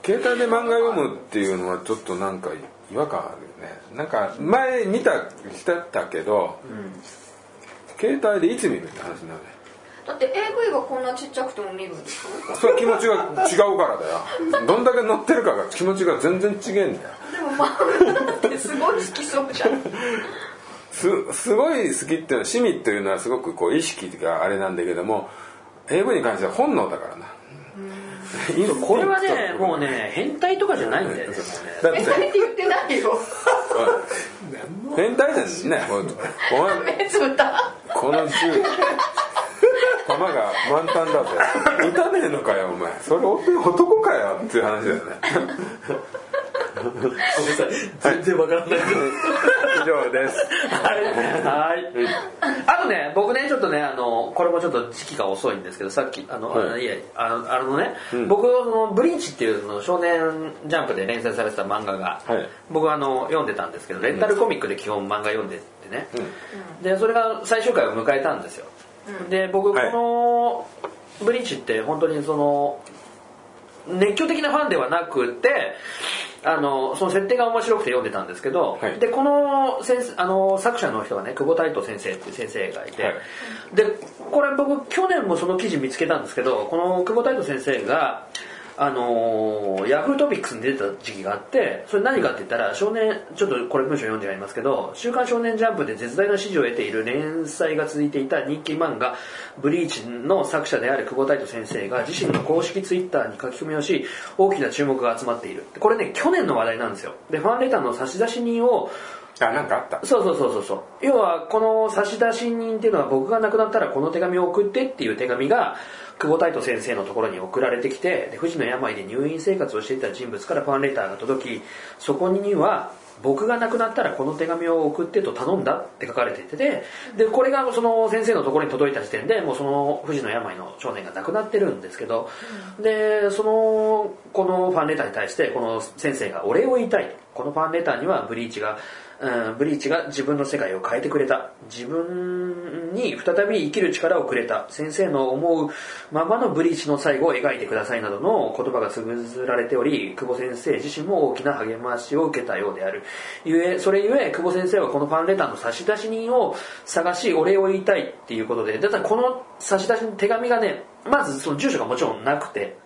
Speaker 2: 携帯で漫画読むっていうのはちょっとなんか違和感あるよねなんか前見たしてたけど、携帯でいつ見るって話になるね
Speaker 3: のだって AV がこんなちっちゃくても見るんですよ
Speaker 2: それ気持ちが違うからだよどんだけ乗ってるかが気持ちが全然違えんだよ
Speaker 3: でもまあ ってすごい好きそうじゃん
Speaker 2: すすごい好きっていうのは趣味というのはすごくこう意識があれなんだけども AV に関しては本能だからなインスティンクト
Speaker 4: これはねもうね変態とかじゃないんだよねもうね
Speaker 2: だっ
Speaker 3: え
Speaker 2: て
Speaker 3: それって言ってないよ
Speaker 2: 変態ですねこの
Speaker 3: 目つぶった
Speaker 2: この銃弾が満タンだぜ撃たねえのかよお前それ男かよっていう話だよね
Speaker 4: 全然わからない
Speaker 2: 以上です
Speaker 4: はい。あとね、僕ね、ちょっとね、あの、これもちょっと時期が遅いんですけど、さっき、あの、
Speaker 2: はい
Speaker 4: あのいえ、あの、あのね、僕、その、ブリーチっていう、その、少年ジャンプで連載されてた漫画が、
Speaker 2: はい
Speaker 4: 僕、あの、読んでたんですけど、レンタルコミックで基本漫画読んでってね、で、それが最終回を迎えたんですよ。で、僕、こ
Speaker 2: はい
Speaker 4: の、ブリーチって、本当にその、熱狂的なファンではなくてあのその設定が面白くて読んでたんですけど、
Speaker 2: はい
Speaker 4: でこの先生あの作者の人がね久保太斗先生っていう先生がいて、
Speaker 2: はい
Speaker 4: でこれ僕去年もその記事見つけたんですけどこの久保太斗先生があのヤフートピックスに出てた時期があってそれ何かって言ったら少年ちょっとこれ文章読んじゃいますけど「週刊少年ジャンプ」で絶大な支持を得ている連載が続いていた人気漫画「ブリーチ」の作者である久保太斗先生が自身の公式ツイッターに書き込みをし大きな注目が集まっているこれね去年の話題なんですよでファンレターの差出人を
Speaker 2: あなんかあった
Speaker 4: そうそうそうそうそう要はこの差出人っていうのは僕が亡くなったらこの手紙を送ってっていう手紙が久保太斗先生のところに送られてきてで不治の病で入院生活をしていた人物からファンレターが届きそこには僕が亡くなったらこの手紙を送ってと頼んだって書かれていてでこれがその先生のところに届いた時点でもうその不治の病の少年が亡くなってるんですけどでそのこのファンレターに対してこの先生がお礼を言いたいこのファンレターにはブリーチが、うん、ブリーチが自分の世界を変えてくれた自分に再び生きる力をくれた先生の思うままのブリーチの最後を描いてくださいなどの言葉が綴られており久保先生自身も大きな励ましを受けたようであるゆえそれゆえ久保先生はこのファンレターの差出人を探しお礼を言いたいっていうことでだからこの差出人手紙がねまずその住所がもちろんなくて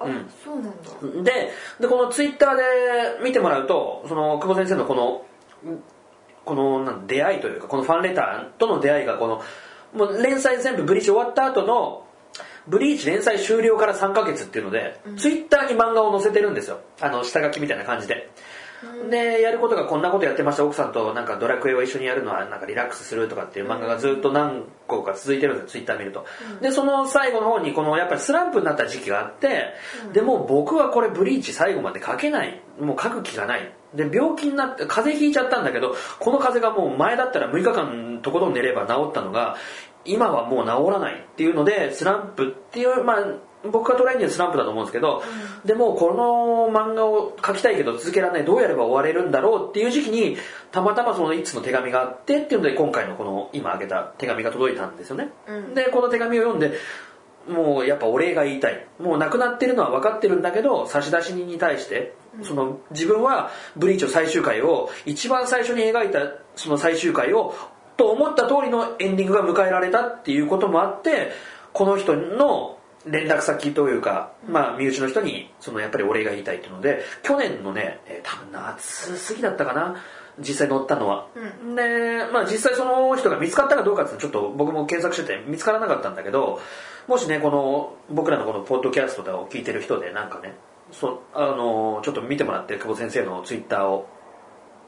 Speaker 6: あ、そうなんだ
Speaker 4: ででこのツイッターで見てもらうとその久保先生のこのんこのなん出会いというかこのファンレターとの出会いがこのもう連載全部ブリーチ終わった後のブリーチ連載終了から3ヶ月っていうので、ツイッターに漫画を載せてるんですよあの下書きみたいな感じで。でやることがこんなことやってました奥さんとなんかドラクエを一緒にやるのはなんかリラックスするとかっていう漫画がずっと何個か続いてるんですよツイッター見ると、でその最後の方にこのやっぱりスランプになった時期があって、でもう僕はこれブリーチ最後まで書けないもう書く気がないで病気になって風邪ひいちゃったんだけどこの風邪がもう前だったら6日間とことん寝れば治ったのが今はもう治らないっていうのでスランプっていうまあ僕が捉えてるスランプだと思うんですけど、でもこの漫画を描きたいけど続けられないどうやれば終われるんだろうっていう時期にたまたまその一通の手紙があってっていうので今回のこの今あげた手紙が届いたんですよね、でこの手紙を読んでもうやっぱお礼が言いたいもう亡くなってるのは分かってるんだけど差出人に対してその自分はブリーチの最終回を一番最初に描いたその最終回をと思った通りのエンディングが迎えられたっていうこともあってこの人の連絡先というか、まあ、身内の人にそのやっぱりお礼が言いたいっていうので去年のね、えー多分夏過ぎだったかな実際乗ったのは、で、まあ、実際その人が見つかったかどうかっていうのはちょっと僕も検索してて見つからなかったんだけどもしねこの僕らのこのポッドキャストとかを聞いてる人でなんかねそあのちょっと見てもらって久保先生のツイッターを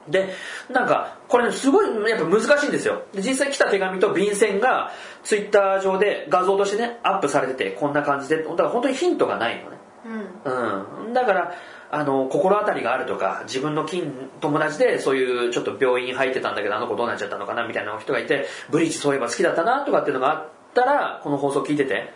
Speaker 4: でなんかこれねすごいやっぱ難しいんですよで実際来た手紙と便箋がツイッター上で画像としてねアップされててこんな感じでだから本当にヒントがないのねうん、だからあの心当たりがあるとか自分の近友達でそういうちょっと病院入ってたんだけどあの子どうなっちゃったのかなみたいな人がいてブリーチそういえば好きだったなとかっていうのがあったらこの放送聞いてて、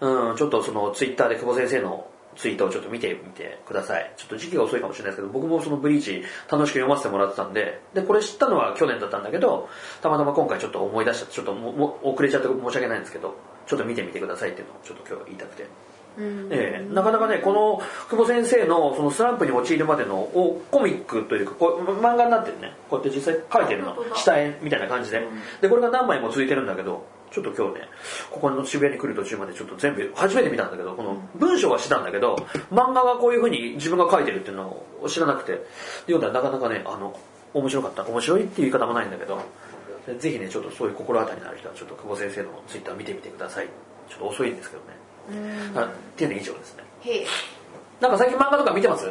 Speaker 4: うんちょっとそのツイッターで久保先生のツイートをちょっと見てみてくださいちょっと時期が遅いかもしれないですけど僕もそのブリーチ楽しく読ませてもらってたんででこれ知ったのは去年だったんだけどたまたま今回ちょっと思い出したちょっともも遅れちゃって申し訳ないんですけどちょっと見てみてくださいっていうのをちょっと今日言いたくて。ええなかなかねこの久保先生のそのスランプに陥るまでのをコミックというかこう漫画になってるねこうやって実際書いてるの下絵みたいな感じででこれが何枚も続いてるんだけどちょっと今日ねここの渋谷に来る途中までちょっと全部初めて見たんだけどこの文章はしてたんだけど漫画がこういう風に自分が書いてるっていうのを知らなくてで読んだらなかなかねあの面白かった面白いっていう言い方もないんだけどでぜひねちょっとそういう心当たりのある人はちょっと久保先生のツイッター見てみてくださいちょっと遅いんですけどねあっていうのが以上ですね
Speaker 6: へえ
Speaker 4: なんか最近漫画とか見てます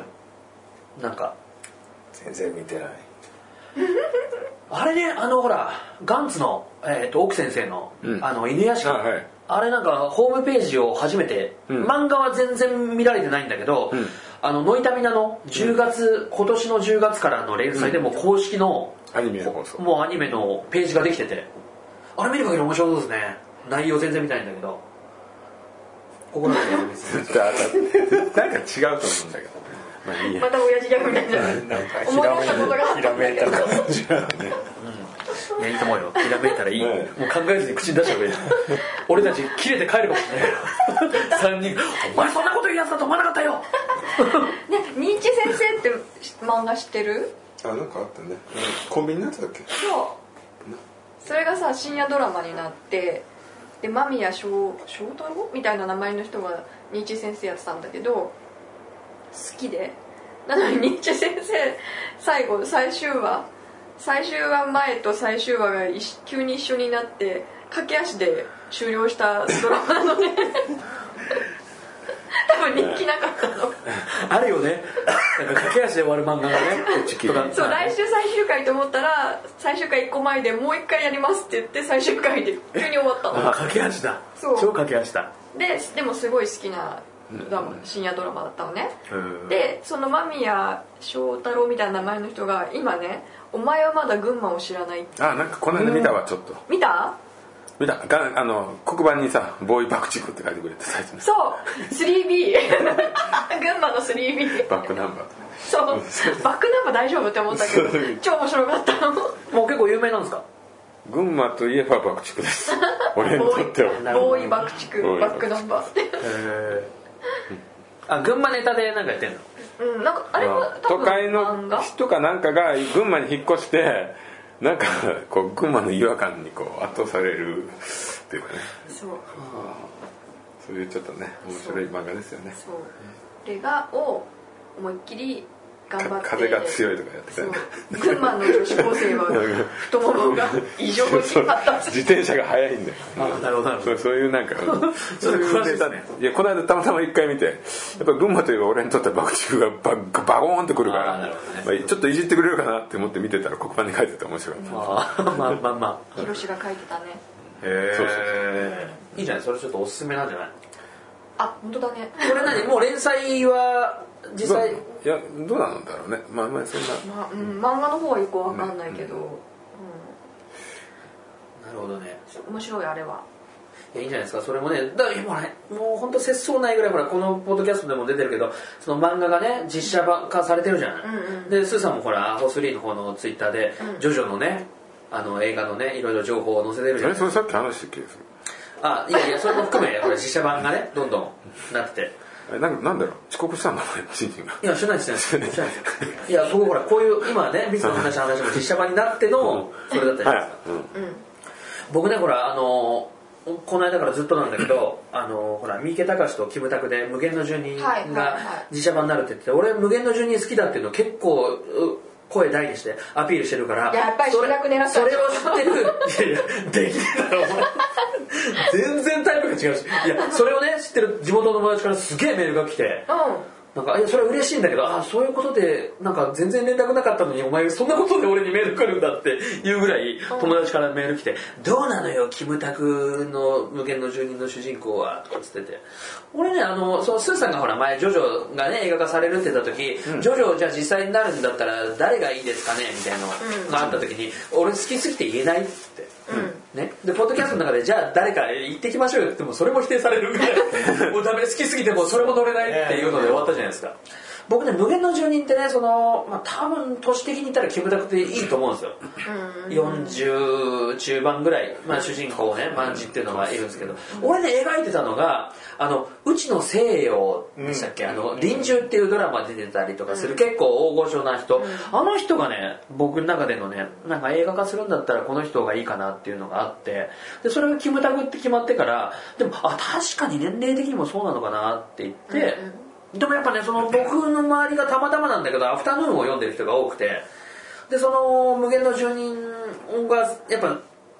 Speaker 4: なんか
Speaker 5: 全然見てない
Speaker 4: あれねあのほらガンツの、えー、と奥先生の,、
Speaker 1: うん
Speaker 4: あの犬屋敷、
Speaker 2: あはい
Speaker 4: あれなんかホームページを初めて、
Speaker 1: ん
Speaker 4: 漫画は全然見られてないんだけど、
Speaker 1: ん
Speaker 4: あのノイタミナの10月、今年の10月からの連載でもう公式の、
Speaker 1: アニメの放送
Speaker 4: もうアニメのページができててあれ見る限り面白そうですね内容全然見たいんだけどここら辺で見せ て
Speaker 2: 絶対当たるなんか違うと思うんだけどまあいいや
Speaker 6: また親父ギャグみたいな
Speaker 5: なんか
Speaker 6: 思い出したことがあった
Speaker 5: ひらめいた感じだね
Speaker 4: いやいいと思うよひらめいたらいい、
Speaker 5: ね
Speaker 4: もう考えずに口に出しち ゃうべ俺たち切れて帰るかもし れない3人お前そんなこと言うやつだと思わなかったよ
Speaker 6: ねニーチェ先生ってし漫画知ってる
Speaker 2: あなんかあったねコンビニのやつだっけ
Speaker 6: そうそれがさ深夜ドラマになってで間宮祥祥太郎みたいな名前の人がニーチェ先生やってたんだけど好きでなのにニーチェ先生最後最終話最終話前と最終話が一緒急に一緒になって駆け足で終了したドラマなので多分人気なかったの
Speaker 4: あるよねなんか駆け足で終わる漫画がね
Speaker 1: 切り
Speaker 4: とか
Speaker 6: そう来週最終回と思ったら最終回1個前でもう1回やりますって言って最終回で 急に終わったの
Speaker 4: あ駆け足だ
Speaker 6: そう
Speaker 4: 超駆け足だ
Speaker 6: ででもすごい好きなドラマ深夜ドラマだったのね
Speaker 4: うん
Speaker 6: でその間宮祥太郎みたいな名前の人が今ね「お前はまだ群馬を知らない
Speaker 2: あなんかこの間見たわちょっと」
Speaker 6: 見た
Speaker 2: 見たがあ の黒板にさ「ボーイ爆竹」って書いてくれて最初に
Speaker 6: そう 3B 群
Speaker 3: 群馬の 3B
Speaker 2: バックナンバーと
Speaker 3: そうバックナンバー大丈夫って思ったけど超面白かったの
Speaker 4: もう結構有名なんですか
Speaker 2: 群馬といえば爆竹です 俺にとっては
Speaker 4: なるほど
Speaker 3: ボーイ爆竹
Speaker 2: ボーイ
Speaker 3: バックナンバーって
Speaker 4: へあ群馬ネタでなんかやってんの
Speaker 3: うんなんかあれは多
Speaker 2: 都
Speaker 3: 分
Speaker 2: 会
Speaker 3: 漫
Speaker 2: の
Speaker 3: 画
Speaker 2: 人かなんかが群馬に引っ越してなんかこう群馬の違和感にこう圧倒されるっていうかね
Speaker 3: そう
Speaker 2: そういうちょっとね面白い漫画ですよね
Speaker 3: そうレガを思いっきり頑張
Speaker 2: か
Speaker 3: って
Speaker 2: 風が強いとかやってた
Speaker 3: そ
Speaker 2: よ
Speaker 3: う
Speaker 2: ね
Speaker 3: 群馬の女子高生は太も もが異常に発達
Speaker 2: 自転車が速いんだよ
Speaker 4: あなるほどなる
Speaker 2: そうそういうなんかそう
Speaker 4: れ
Speaker 2: いう
Speaker 4: 詳
Speaker 2: ネ
Speaker 4: しいです
Speaker 2: タ
Speaker 4: ね
Speaker 2: いやこの間たまたま一回見てやっぱ群馬といえば俺にとっては爆竹がババゴーンってくるか
Speaker 4: あーなる
Speaker 2: ら
Speaker 4: ほどね
Speaker 2: まあちょっといじってくれるかなって思って見てたら黒板に書いてて面白かった
Speaker 4: あーまあまあまあ
Speaker 3: ヒロシが書いてたね
Speaker 5: へ
Speaker 2: そうそう
Speaker 4: いいじゃないそれちょっとおすすめなんじゃない
Speaker 3: あ本当だね
Speaker 4: これ何もう連載は実
Speaker 2: どう
Speaker 4: 際
Speaker 2: いやどうなんだろうねまあまあそんな
Speaker 3: まあうん、漫画の方はよくわかんないけど、う
Speaker 4: なるほどね
Speaker 3: ん面白いあれはい
Speaker 4: やいいんじゃないですかそれもねだから今ねもう本当節操ないぐらいほらこのポッドキャストでも出てるけどその漫画がね実写化されてるじゃない、
Speaker 3: うんうん
Speaker 4: でスーさんもほらアホ3の方のツイッターで、ジョジョのねあの映画のねいろいろ情報を載せてるじゃ
Speaker 2: え
Speaker 4: ない
Speaker 2: それさっき話した気がする
Speaker 4: あいやいやそれも含めほら実写版がねどんどんなってて
Speaker 2: あれなんかなんだろう遅刻したんだもんねチンチンが
Speaker 4: いやしてないです ねしてないですいや僕ほらこういう今ねビスの話の話も実写版になってのそれだったじゃないですか、
Speaker 2: はい、うん、
Speaker 4: 僕ねほらあのこの間からずっとなんだけ どあのほら三池隆とキムタクで「無限の住人」
Speaker 3: はいはい
Speaker 4: が
Speaker 3: はい
Speaker 4: 自社版になるって言ってて俺無限の住人好きだっていうの結構う声大にしてアピールしてるから
Speaker 3: やっぱり主役狙ったんじゃ
Speaker 4: そ
Speaker 3: ん
Speaker 4: れそれを知ってるいやいやできねえだろお 前全然タイプが違うしいやそれをね知ってる地元の友達からすげえメールが来て
Speaker 3: う
Speaker 4: なんかいやそれは嬉しいんだけどああそういうことでなんか全然連絡なかったのにお前そんなことで俺にメール来るんだっていうぐらい友達からメール来て「どうなのよキムタクの無限の住人の主人公は」とかつってて俺ねあのそのスーさんがほら前ジョジョがね映画化されるって言った時、ジョジョじゃあ実際になるんだったら誰がいいですかねみたいなのがあった時に、俺好きすぎて言えないっつって。ね、でポッドキャストの中でじゃあ誰か行ってきましょうよって言ってもそれも否定されるぐらいもうダメ好きすぎてもうそれも乗れないっていうので終わったじゃないですか僕ね無限の住人ってねその、まあ、多分年的に言ったらキムタクっていいと思うんですよ40中盤ぐらい、まあ、主人公ね万事っていうのがいるんですけど俺ね描いてたのが「あのうちの西洋」でしたっけ「あの臨終」っていうドラマに出てたりとかする結構大御所な人あの人がね僕の中でのねなんか映画化するんだったらこの人がいいかなっていうのがあってでそれがキムタクって決まってからでもあ確かに年齢的にもそうなのかなって言って、でもやっぱねその僕の周りがたまたまなんだけどアフタヌーンを読んでる人が多くてでその無限の住人がやっぱ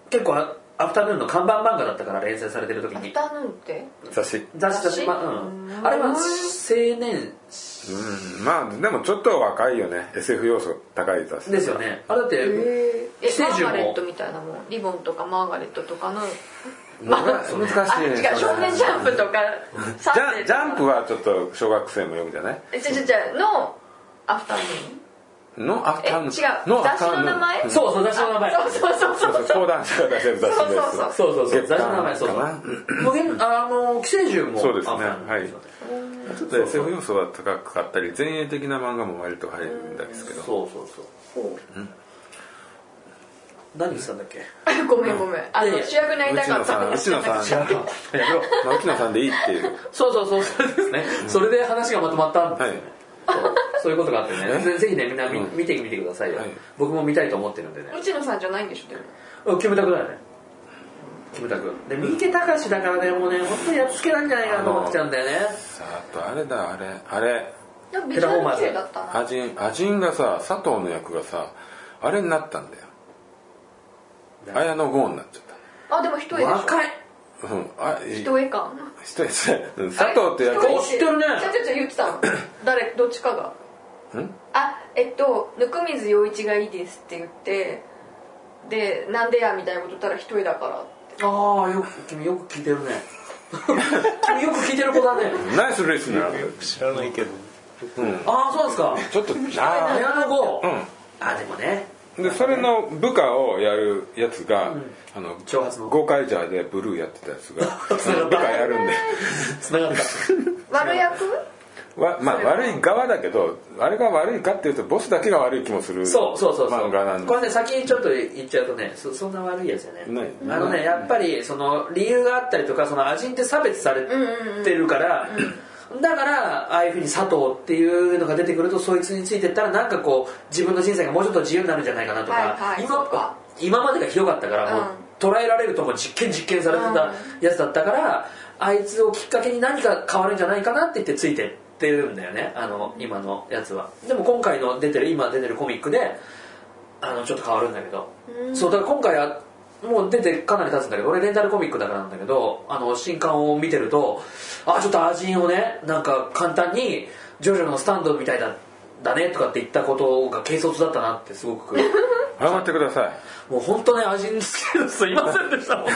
Speaker 4: 結構アアフタヌーンの看板漫画だったから連載されてる時
Speaker 3: ん
Speaker 4: に
Speaker 3: 歌なんて
Speaker 2: 雑誌
Speaker 4: 雑誌雑誌、まあうん、あれは青年
Speaker 2: うんまあでもちょっと若いよね SF 要素高い雑誌
Speaker 4: ですよねあれだって
Speaker 3: え
Speaker 4: 寄生
Speaker 3: マー
Speaker 4: 獣
Speaker 3: ガレッ
Speaker 4: も
Speaker 3: トみたいなもんリボンとかマーガレットとかの
Speaker 2: まあ
Speaker 4: そう
Speaker 2: 難
Speaker 4: ね
Speaker 2: し
Speaker 3: あ
Speaker 2: い
Speaker 3: 違う
Speaker 2: ね
Speaker 3: 「少年ジャンプ」とか「サ
Speaker 2: ジャンジ
Speaker 3: ンデーとか
Speaker 2: ャンプはちょっと小学生も読むじゃない
Speaker 3: えじゃじゃじゃのアフタヌーン
Speaker 2: のアフ
Speaker 3: え
Speaker 2: タ
Speaker 3: 違
Speaker 2: ヌー
Speaker 3: う
Speaker 2: ン
Speaker 3: 雑
Speaker 2: のアフ
Speaker 3: 誌
Speaker 2: タ
Speaker 3: の
Speaker 2: ヌーン
Speaker 3: 名前
Speaker 2: うん
Speaker 4: そうそう雑誌の名前
Speaker 3: そうそうそうそう
Speaker 2: そうそう講談社が出してる雑誌です
Speaker 3: そう
Speaker 4: そうそうそう
Speaker 2: 月
Speaker 4: 雑
Speaker 2: 刊
Speaker 4: 誌の名前そうそ
Speaker 2: かな
Speaker 4: う無限あの寄生獣も
Speaker 2: そうですね
Speaker 4: アフタヌーン
Speaker 2: はいちょっと SF 要素は高かったり前衛的な漫画も割と入るんですけど
Speaker 4: そうそうそう
Speaker 3: ほ
Speaker 4: 何言ってたんだっ け
Speaker 3: うごめんごめんあ
Speaker 4: いやい
Speaker 3: の
Speaker 4: や
Speaker 3: 主役になりた
Speaker 2: 内
Speaker 3: か
Speaker 2: 野
Speaker 3: っ
Speaker 2: さ
Speaker 3: た
Speaker 2: ん内 野さん
Speaker 4: 違う
Speaker 2: まあ内野さんでいいっていう
Speaker 4: そうそ うそうそうですね、それで話がまとまったんですよね、そうそういうことがあってねぜぜひねみんな見,、
Speaker 2: うん
Speaker 4: 見てみてくださいよ、
Speaker 2: はい
Speaker 4: 僕も見たいと思ってるんでね
Speaker 3: 内野さんじゃないんでしょでも
Speaker 4: あキムタクだよねキムタクで三池隆だからねもうね本当にやっつけなんじゃないかなと思っちゃうんだよね
Speaker 2: さああとあれだあれあれ
Speaker 3: でもビジュアル系だったな
Speaker 2: アジンアジンがさ佐藤の役がさあれになったんだよ綾野剛になっちゃっ
Speaker 3: あでも一重でしょ
Speaker 4: 若い
Speaker 2: たうんあい
Speaker 3: 一重感
Speaker 2: 一人ですねうん佐藤って役
Speaker 4: お知ってるね
Speaker 3: ちょちょちょ言ってたの誰どっちかが
Speaker 2: ん
Speaker 3: あえっと「温水洋一がいいです」って言ってで「なんでや」みたいなこと言ったら一人だから
Speaker 4: ああよく君よく聞いてる ね君よく聞いてる子だね
Speaker 2: ナイスレスナー
Speaker 5: 知らないけど
Speaker 4: ああそうですか
Speaker 2: ちょっとな
Speaker 4: 綾野剛
Speaker 2: うん
Speaker 4: あーでもね
Speaker 2: でそれの部下をやるやつが、あの
Speaker 4: 挑発の
Speaker 2: ゴーカイジャーでブルーやってたやつが
Speaker 4: それは
Speaker 2: 部下やるんで
Speaker 4: つながった
Speaker 3: 悪役
Speaker 2: わまあ、悪い側だけどあれが悪いかっていうとボスだけが悪い気もする
Speaker 4: そうそうそうそう
Speaker 2: 漫画なんで
Speaker 4: これね先にちょっと言っちゃうとねそそんな悪いやつじゃね
Speaker 2: ない
Speaker 4: あのねやっぱりその理由があったりとかそのアジンって差別されてるから、だからああいうふうに佐藤っていうのが出てくるとそいつについてったらなんかこう自分の人生がもうちょっと自由になるんじゃないかなとか、
Speaker 3: はいはいそっか
Speaker 4: 今今までがひどかったからもう、
Speaker 3: うん
Speaker 4: 捉えられるともう実験実験されてたやつだったから、あいつをきっかけに何か変わるんじゃないかなって言ってついてってるんだよねあの今のやつはでも今回の出てる今出てるコミックであのちょっと変わるんだけど、そうだから今回はもう出てかなり経つんだけど俺レンタルコミックだからなんだけどあの新刊を見てるとあちょっとアジンをねなんか簡単にジョジョのスタンドみたいだだねとかって言ったことが軽率だったなってすご く
Speaker 2: 謝ってください
Speaker 4: もう本当ね味につけるすいませんでした本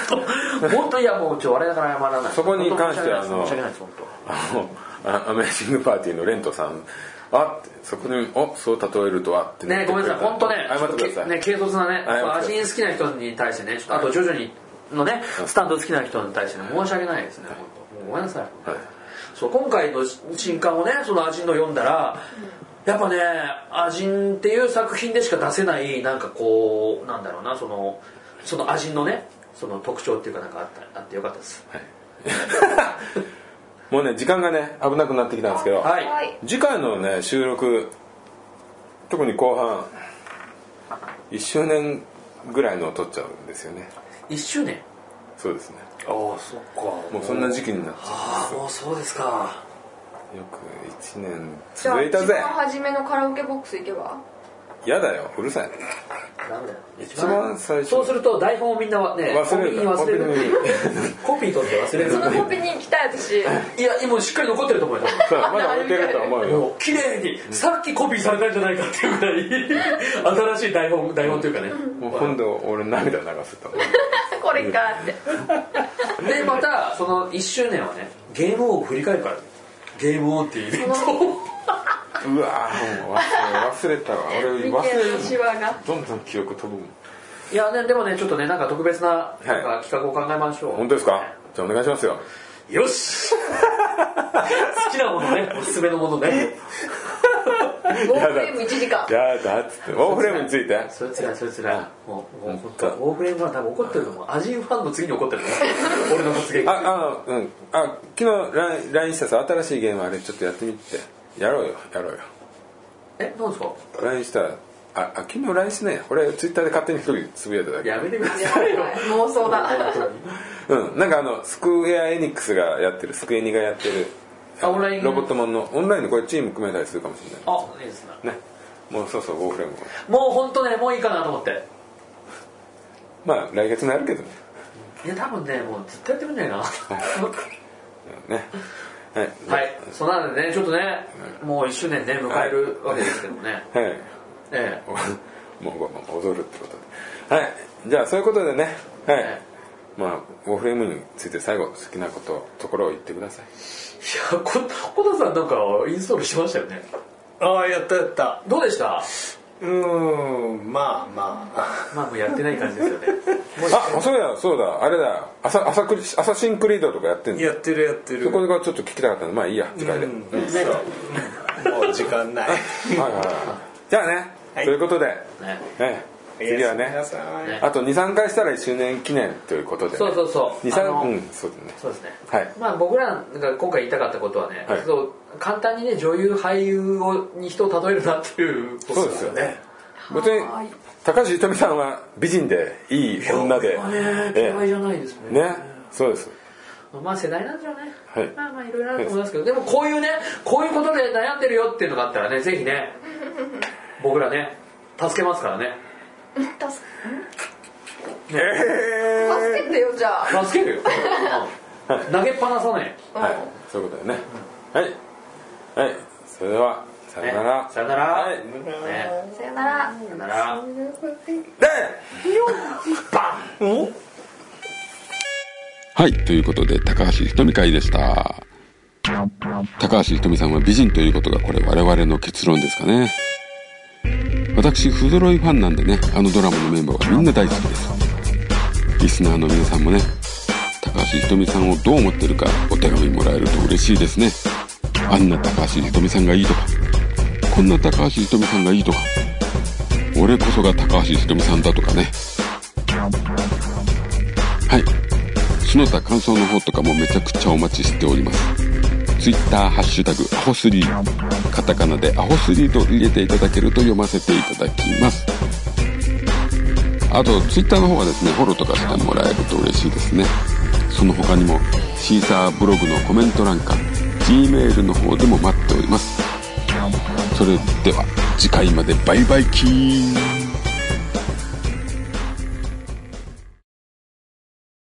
Speaker 4: 当本当いやもうちょ我ながら謝らない
Speaker 2: そこに関しては
Speaker 4: 本当申し訳ないです申し訳ないです
Speaker 2: あのあアメージングパーティーのレントさんあってそこにおそう例えるとはって
Speaker 4: 本当ねごめんなさい本当ね
Speaker 2: 謝ってください、
Speaker 4: ね軽率なね
Speaker 2: 謝ってください
Speaker 4: 味に好きな人に対してねちょっとあと徐々にのねスタンド好きな人に対してね申し訳ないですね本当もうごめんなさい
Speaker 2: はい
Speaker 4: そう今回の新刊をねそのアジンの読んだら、やっぱねアジンっていう作品でしか出せないなんかこうなんだろうなそのそのアジンのねその特徴っていうかなんかあったあってよかったです
Speaker 2: もうね時間がね危なくなってきたんですけど、
Speaker 4: はい、
Speaker 2: 次回のね収録特に後半1周年ぐらいのを撮っちゃうんですよね
Speaker 4: 1周年
Speaker 2: そうですね
Speaker 4: ああそっか
Speaker 2: もうそんな時期になっちゃ
Speaker 4: ああもうそうですか
Speaker 2: うよく1年
Speaker 3: じゃあ
Speaker 2: 続い
Speaker 3: 一
Speaker 2: たぜ
Speaker 3: 番初めのカラオケボックス行けば
Speaker 2: やだようるさい
Speaker 4: なんだよ一
Speaker 2: 番最初
Speaker 4: そうすると台本をみんなはね
Speaker 2: 忘れ
Speaker 4: コピ
Speaker 2: る
Speaker 4: ーに忘れるっていうコピー取って忘れる
Speaker 3: そのコピに行きたい私
Speaker 4: いやもうしっかり残ってると思うよ
Speaker 2: そうまだ置いてると思うよ
Speaker 4: もう綺麗にさっきコピーされたんじゃないかっていうぐらい新しい台本台本というかね
Speaker 2: もう今度俺涙流すと思う
Speaker 3: これかって
Speaker 4: でまたその1周年はねゲーム王を振り返るからねゲーム王っていうイベントを
Speaker 2: うわーもう忘れ忘れたわ俺忘れる
Speaker 3: シワが
Speaker 2: どんどん記憶飛ぶもん
Speaker 4: いやねでもねちょっとねなんか特別な
Speaker 2: はい
Speaker 4: なんか企画を考えましょう、
Speaker 2: 本当ですかじゃあお願いしますよ
Speaker 4: よし 好きなものねおすすめのものね
Speaker 3: ゴールデンム1時間
Speaker 2: やだっつってワーフレームについて
Speaker 4: それつらいそれつらいもうもう本当オーフレームは多分怒ってると思うアジンファンの次に怒ってると 思う俺の発言
Speaker 2: ああうんあ昨日 LINE- LINE したさ新しいゲームあれちょっとやってみてやろうよやろうよ
Speaker 4: えなんですか
Speaker 2: LINE したらああ昨日 LINE しない俺 Twitter で勝手に一人つぶやいただけ
Speaker 4: やめてくださいよ
Speaker 3: 妄想だ
Speaker 2: うんなんかあのスクエア・エニックスがやってるスクエニがやってる
Speaker 4: あオンライン
Speaker 2: ロボットモンのオンラインでこれチーム組めたりするかもしれな
Speaker 4: あいいですね
Speaker 2: いねもうそうそうワーフレームを
Speaker 4: もう本当ねもういいかなと思って
Speaker 2: まあ来月になるけどね
Speaker 4: いや多分ねもう絶対やってくんないなは
Speaker 2: ねはい
Speaker 4: いそんなんでねちょっとねもう1周年ね迎えるわけですけどね、
Speaker 2: はい
Speaker 4: ええ
Speaker 2: もうもう踊るってことではいじゃあそういうことでねはい、
Speaker 4: え
Speaker 2: まあウォーフレームについて最後好きなことところを言ってください
Speaker 4: いやこ小田さんなんかインストールしましたよね
Speaker 5: ああやったやった
Speaker 4: どうでした
Speaker 5: うーんまあまあ
Speaker 4: まあもうやってない感じです よねもう
Speaker 2: あそうだそうだあれだアサアサクリアサシンクリードとかやってんの
Speaker 5: やってるやってる
Speaker 2: そこがちょっと聞きたかったのでまあいいや次回で、
Speaker 5: うん
Speaker 2: はい
Speaker 5: そうもう時間 ない
Speaker 2: はいはいじゃあね、
Speaker 5: はい
Speaker 2: ということで、
Speaker 4: ね
Speaker 2: ええ次は
Speaker 5: おや
Speaker 2: ね
Speaker 5: すみなさい
Speaker 4: ね
Speaker 2: あと23回したら1周年記念ということでね、
Speaker 4: そうそうそう
Speaker 2: 23
Speaker 4: あの
Speaker 2: うんそうだね
Speaker 4: そうですね、
Speaker 2: はい
Speaker 4: まあ僕らが今回言いたかったことはね、
Speaker 2: はい
Speaker 4: そう簡単にね女優俳優をに人を例えるなっていうこと
Speaker 2: そうですよね別に高橋ひとみさんは美人でいい女で
Speaker 4: まあね
Speaker 2: え
Speaker 4: 嫌いじゃないです
Speaker 2: え
Speaker 4: ね
Speaker 2: ねそうです
Speaker 4: まあ世代なんでしょうね、
Speaker 2: はい
Speaker 4: まあまあいろいろあると思いますけどでもこういうねこういうことで悩んでるよっていうのがあったらねぜひね僕らね助けますからね
Speaker 3: 助けてよじゃあ
Speaker 4: 助け るよ、うん投げっぱなさない
Speaker 2: はい、そういうことだよね。はい。はい、それでは、さよなら。
Speaker 4: ねさよなら
Speaker 2: はい。
Speaker 4: ね
Speaker 3: さよなら
Speaker 4: さよなら
Speaker 2: で
Speaker 1: はい、ということで、高橋ひとみ会でした。高橋ひとみさんは美人ということが、これ我々の結論ですかね。私、不揃いファンなんでね、あのドラマのメンバーはみんな大好きです。リスナーの皆さんもね、高橋ひとみさんをどう思ってるか、お手紙もらえると嬉しいですね。あんな高橋ひとみさんがいいとかこんな高橋ひとみさんがいいとか俺こそが高橋ひとみさんだとかねはいその他感想の方とかもめちゃくちゃお待ちしておりますツイッターハッシュタグアホスリーカタカナでアホスリーと入れていただけると読ませていただきますあとツイッターの方はですねフォローとかしてもらえると嬉しいですねその他にもシーサーブログのコメント欄か G メールの方でも待っておりますそれでは次回までバイバイキーン